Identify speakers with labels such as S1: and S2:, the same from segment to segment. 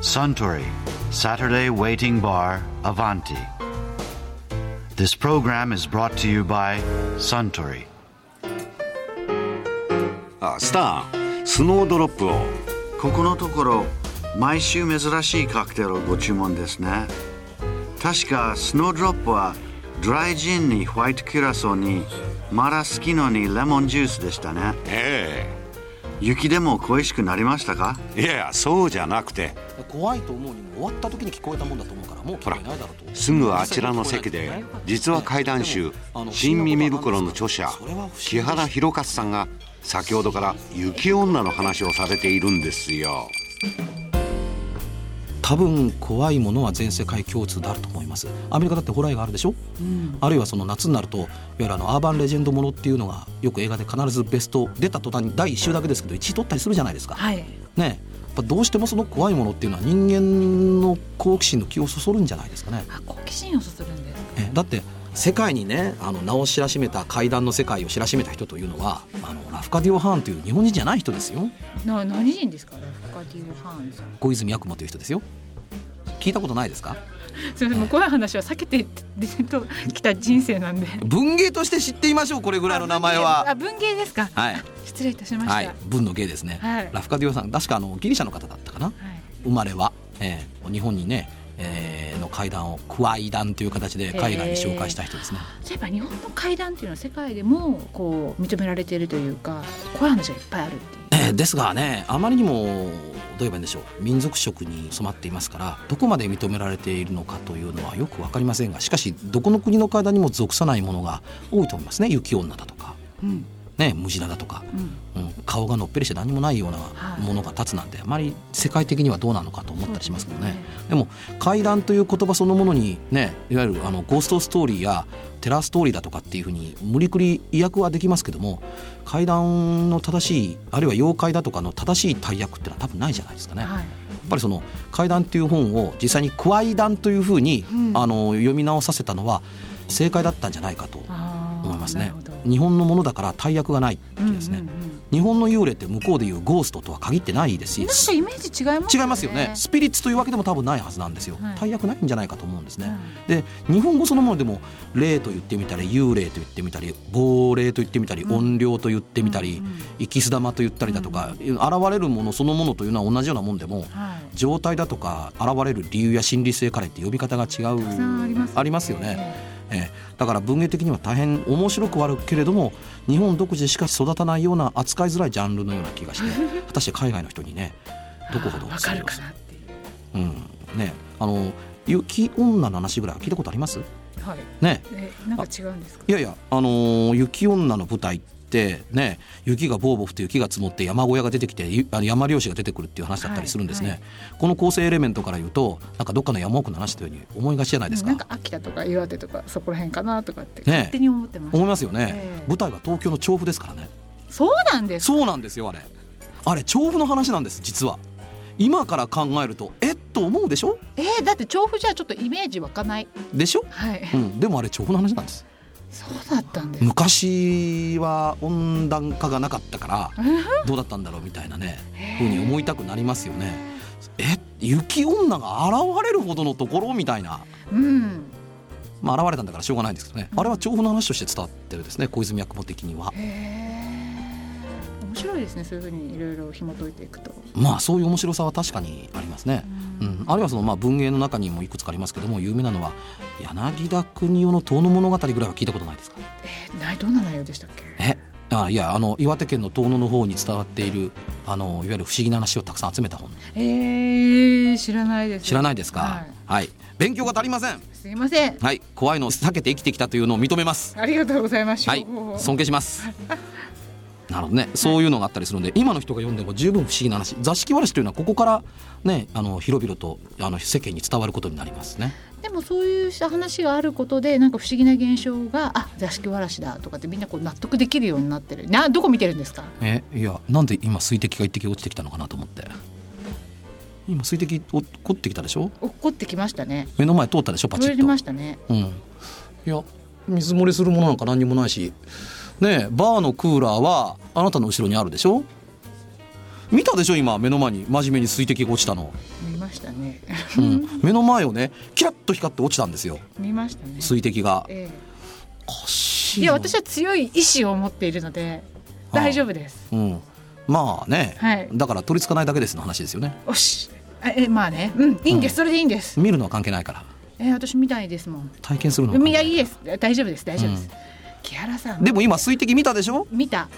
S1: Suntory, Saturday Waiting Bar, Avanti. This program is brought to you by Suntory.
S2: あスタースノードロップを
S1: ここのところ毎週珍しいカクテルをご注文ですね確かスノードロップはドライジンにホワイトキュラソーにマラスキノにレモンジュースでしたね
S2: え
S1: 雪でも恋しくなりましたか
S2: えいやいやそうじゃなくて
S3: 怖いと思うにも終わった時に聞こえたもんだと思うからもう聞こえないだろうと
S2: すぐあちらの席で実は怪談集「新耳袋」の著者木原博勝さんが先ほどから雪女の話をされているんですよ
S3: 多分怖いものは全世界共通であると思いますアメリカだってホラー映画あるでしょ、あるいはその夏になるといわゆるあのアーバンレジェンドものっていうのがよく映画で必ずベスト出た途端に第1週だけですけど1位取ったりするじゃないですか、
S4: はい。
S3: ねえやっぱどうしてもその怖いものっていうのは人間の好奇心の気をそそるんじゃないですかね
S4: あ、好奇心をそそるんですか。
S3: えだって世界にねあの名を知らしめた怪談の世界を知らしめた人というのはあのラフカディオ・ハーンという日本人じゃない人ですよ
S4: な、何人ですか。ラフカディオハーンさん。
S3: 小泉八雲という人ですよ聞いたことないですか
S4: すみません、もう怖い話は避けて、で、と、来た人生なんで。
S3: 文芸として知っていましょうこれぐらいの名前
S4: あ、
S3: は
S4: 文芸ですか。
S3: はい
S4: 失礼いたしました。は
S3: はいい。文の芸ですね、
S4: はい
S3: ラフカディオさん確かあのギリシャの方だったかな生まれは、えー日本にね、えーの怪談をクワイダンという形で海外に紹介した人ですね
S4: そういえば日本の怪談っていうのは世界でもこう認められているというか怖い話がいっぱいあるっていう
S3: えーですがねあまりにもどう言えばいいんでしょう民族色に染まっていますからどこまで認められているのかというのはよく分かりませんがしかしどこの国の階段にも属さないものが多いと思いますね雪女だとか、
S4: うん
S3: ね、ムジナだとか、
S4: うん
S3: うん、顔がのっぺりして何もないような
S4: はい
S3: ものが立つなんてあまり世界的にはどうなのかと思ったりしますけどねでも怪談という言葉そのものにねいわゆるあのゴーストストーリーやテラーストーリーだとかっていうふうに無理くり意訳はできますけども怪談の正しいあるいは妖怪だとかの正しい大役っていうのは多分ないじゃないですかね。
S4: はい
S3: やっぱりその怪談っていう本を実際に「クワイダン」というふうに、
S4: うん
S3: あの読み直させたのは正解だったんじゃないかと
S4: あー
S3: 思います
S4: な
S3: ね
S4: るほど。
S3: 日本のものだから大役がないっていうですね、
S4: うんうんうん
S3: 日本の幽霊って向こうでいうゴーストとは限ってないです
S4: なんか
S3: し
S4: イメージ違います
S3: 違いますよねスピリッツというわけでも多分ないはずなんですよ、
S4: はい
S3: 大役ないんじゃないかと思うんですね、
S4: うん
S3: で日本語そのものでも霊と言ってみたり幽霊と言ってみたり亡霊と言ってみたり、怨霊と言ってみたり、
S4: うんうん
S3: 生きす玉と言ったりだとか、現れるものそのものというのは同じようなもんでも
S4: はい
S3: 状態だとか現れる理由や心理性彼って呼び方が違う
S4: たくさんありますね
S3: ありますよね、ええだから文芸的には大変面白くはあるけれども日本独自でしか育たないような扱いづらいジャンルのような気が して果たして海外の人にねどこほど
S4: わか
S3: 通
S4: る
S3: 用
S4: か
S3: す
S4: なっていう
S3: うんねあの雪女の話ぐらいは聞いたことあります
S4: はい
S3: ね
S4: えなんか違うんですか
S3: いやいやあのー雪女の舞台ってね雪がボーボー降って雪が積もって山小屋が出てきてゆあの山漁師が出てくるっていう話だったりするんですね、
S4: はい
S3: この構成エレメントから言うとなんかどっかの山奥の話というように思いがちじゃないですか
S4: なんか秋田とか岩手とかそこら辺かなとかって
S3: ね
S4: 勝手に思ってます、
S3: 思いますよね、
S4: ええ
S3: 舞台は東京の調布ですからね
S4: そうなんです
S3: そうなんですよあれあれ調布の話なんです実は今から考えるとえっと思うでしょ
S4: えー、だって調布じゃちょっとイメージ湧かない
S3: でしょ、
S4: はい、
S3: うん、でもあれ調布の話なんです
S4: そうだったんです
S3: 昔は温暖化がなかったからどうだったんだろうみたいなね
S4: へー
S3: ふうに思いたくなりますよねえ雪女が現れるほどのところみたいな
S4: うん
S3: まあ現れたんだからしょうがないんですけどねあれは調布の話として伝わってるですね小泉役も的には
S4: へえ面白いですねそういうふうにいろいろ紐解いていくと
S3: まあそういう面白さは確かにありますね。うん、あるいはそのまあ文芸の中にもいくつかありますけども有名なのは柳田国男の遠野物語ぐらいは聞いたことないですか
S4: えー、ないどんな内容でしたっけ
S3: えあいやあの岩手県の遠野の方に伝わっているあのいわゆる不思議な話をたくさん集めた本
S4: えー、知らないです
S3: 知らないですかはい、勉強が足りません
S4: すいません
S3: はい怖いのを避けて生きてきたというのを認め ます
S4: ありがとうございます
S3: はい
S4: 情報を
S3: 尊敬します なるほどねそういうのがあったりするんで今の人が読んでも十分不思議な話座敷わらしというのはここからねあの広々とあの世間に伝わることになりますね
S4: でもそういう話があることでなんか不思議な現象があ座敷わらしだとかってみんなこう納得できるようになってるなどこ見てるんですか
S3: えいやなんで今水滴が一滴落ちてきたのかなと思って今水滴落落ってきたでしょ
S4: 怒ってきましたね
S3: 目の前通ったでしょパチ
S4: 震
S3: ッ
S4: えま
S3: と
S4: したね
S3: うんいや水漏れするものなんか何にもないしねえバーのクーラーはあなたの後ろにあるでしょ見たでしょ今目の前に真面目に水滴が落ちたの、
S4: 見ましたね
S3: うん、目の前をねキラッと光って落ちたんですよ
S4: 見ましたね
S3: 水滴が
S4: え
S3: おかし
S4: え
S3: いな
S4: いや私は強い意志を持っているので
S3: ああ
S4: 大丈夫です
S3: うんまあね、
S4: はい
S3: だから取り付かないだけですの話ですよね
S4: おしあえまあねうんいいんです、それでいいんです
S3: 見るのは関係ないから
S4: えー、私みたいですもん
S3: 体験するのは関
S4: 海
S3: 係
S4: が
S3: ない
S4: いいです大丈夫です大丈夫です、木原さん
S3: でも今水滴見たでしょ
S4: 見た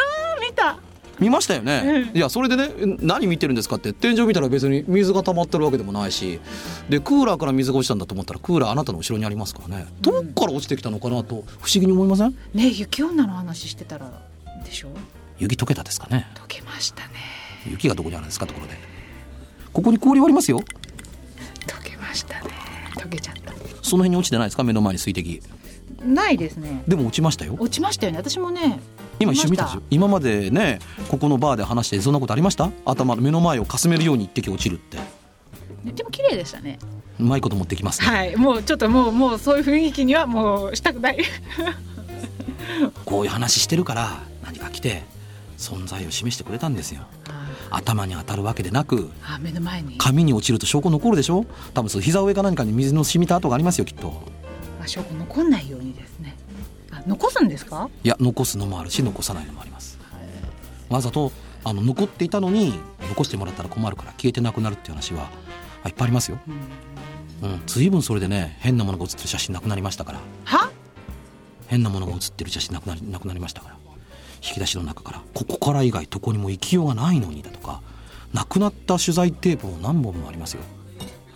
S4: 見た
S3: 見ましたよね、
S4: うん
S3: いやそれでねえ何見てるんですかって天井見たら別に水が溜まってるわけでもないしでクーラーから水が落ちたんだと思ったらクーラーあなたの後ろにありますからねどっから落ちてきたのかなと不思議に思いません
S4: ね雪女の話してたらでしょ
S3: 雪溶けたですかね
S4: 溶けましたね
S3: 雪がどこにあるんですかところでここに氷はありますよ
S4: 溶けましたね溶けちゃった
S3: その辺に落ちてないですか目の前に水滴
S4: ないですね
S3: でも落ちましたよ
S4: 落ちましたよね私もね
S3: 今一瞬見たでし
S4: し
S3: ょ今までねここのバーで話してそんなことありました頭の目の前をかすめるように一滴落ちるって
S4: でも綺麗でしたね
S3: うまいこと持ってきますね、
S4: はいもうちょっともうもうそういう雰囲気にはもうしたくない
S3: こういう話してるから何か来て存在を示してくれたんですよ頭に当たるわけでなく
S4: あ目の前に
S3: 紙に落ちると証拠残るでしょ多分その膝上か何かに水の染みた跡がありますよきっと
S4: あ証拠残んないようにですねあ残すんですか
S3: いや残すのもあるし残さないのもありますわざとあの残っていたのに残してもらったら困るから消えてなくなるっていう話はあいっぱいありますよ、うん、随分それでね変なものが写ってる写真なくなりましたから
S4: は
S3: 変なものが写ってる写真なくなりなくなりましたから引き出しの中から「ここから以外どこにも行きようがないのに」だとかなくなった取材テープも何本もありますよ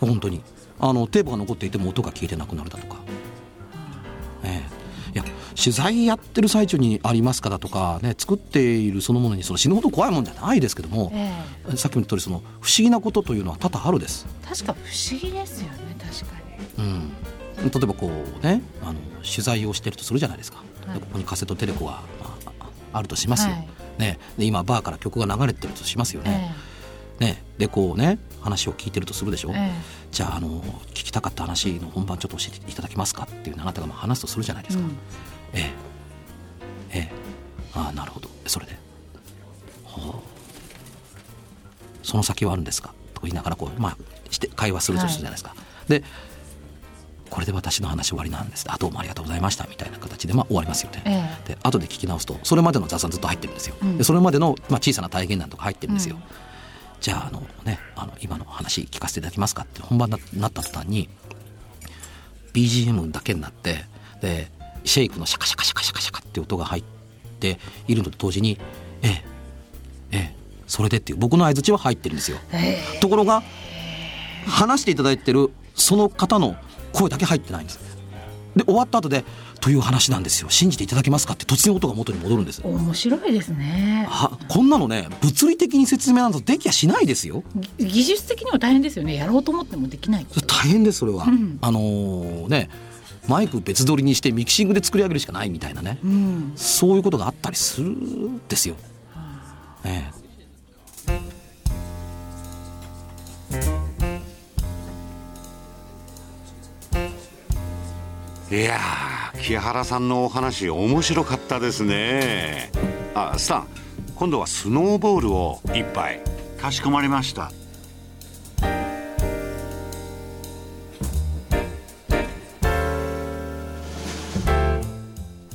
S3: 本当にあのテープが残っていても音が消えてなくなるだとかええいや取材やってる最中にありますかだとかね作っているそのものにその死ぬほど怖いもんじゃないですけども
S4: え
S3: さっきも言った通りその不思議なことというのは多々あるです
S4: え確か不思議ですよね確かに
S3: うん、例えばこうねあの取材をしてるとするじゃないですか、で
S4: はい
S3: ここにカセットテレコが、まああ、あるとしますよ、
S4: はい
S3: ね、で今バーから曲が流れてるとしますよね,、ねでこうね話を聞いてるとするでしょ、
S4: ええ
S3: じゃああの聞きたかった話の本番ちょっと教えていただけますかっていうあなたがまあ話すとするじゃないですか、
S4: うん
S3: ええええああなるほどそれで、ほうその先はあるんですかとか言いながらこう、まあ、して会話するとするじゃないですか、でこれで私の話終わりなんですあどうもありがとうございましたみたいな形で、まあ、終わりますよね、
S4: え
S3: で後で聞き直すとそれまでの雑談ずっと入ってるんですよ、
S4: うん
S3: でそれまでの、まあ、小さな体験談とか入ってるんですよ、
S4: うん
S3: じゃああのねあの今の話聞かせていただけますかって本番になった途端に BGM だけになってでシェイクのシャカシャカシャカシャカシャカって音が入っているのと同時に「ええええそれで」っていう僕の相槌は入ってるんですよ
S4: ええ
S3: ところが話していただいてるその方の声だけ入ってないんですで終わった後で「という話なんですよ信じていただけますか?」って突然音が元に戻るんです
S4: 面白いですね
S3: はこんなのね物理的に説明などできやしないですよ
S4: ぎ技術的にも大変ですよねやろうと思ってもできない
S3: それ大変ですそれは、
S4: うん
S3: あのーねマイク別撮りにしてミキシングで作り上げるしかないみたいなね
S4: うん
S3: そういうことがあったりするんですよ、ええ
S2: いやー木原さんのお話面白かったですねあスタン今度はスノーボールを一杯
S1: かしこまりました「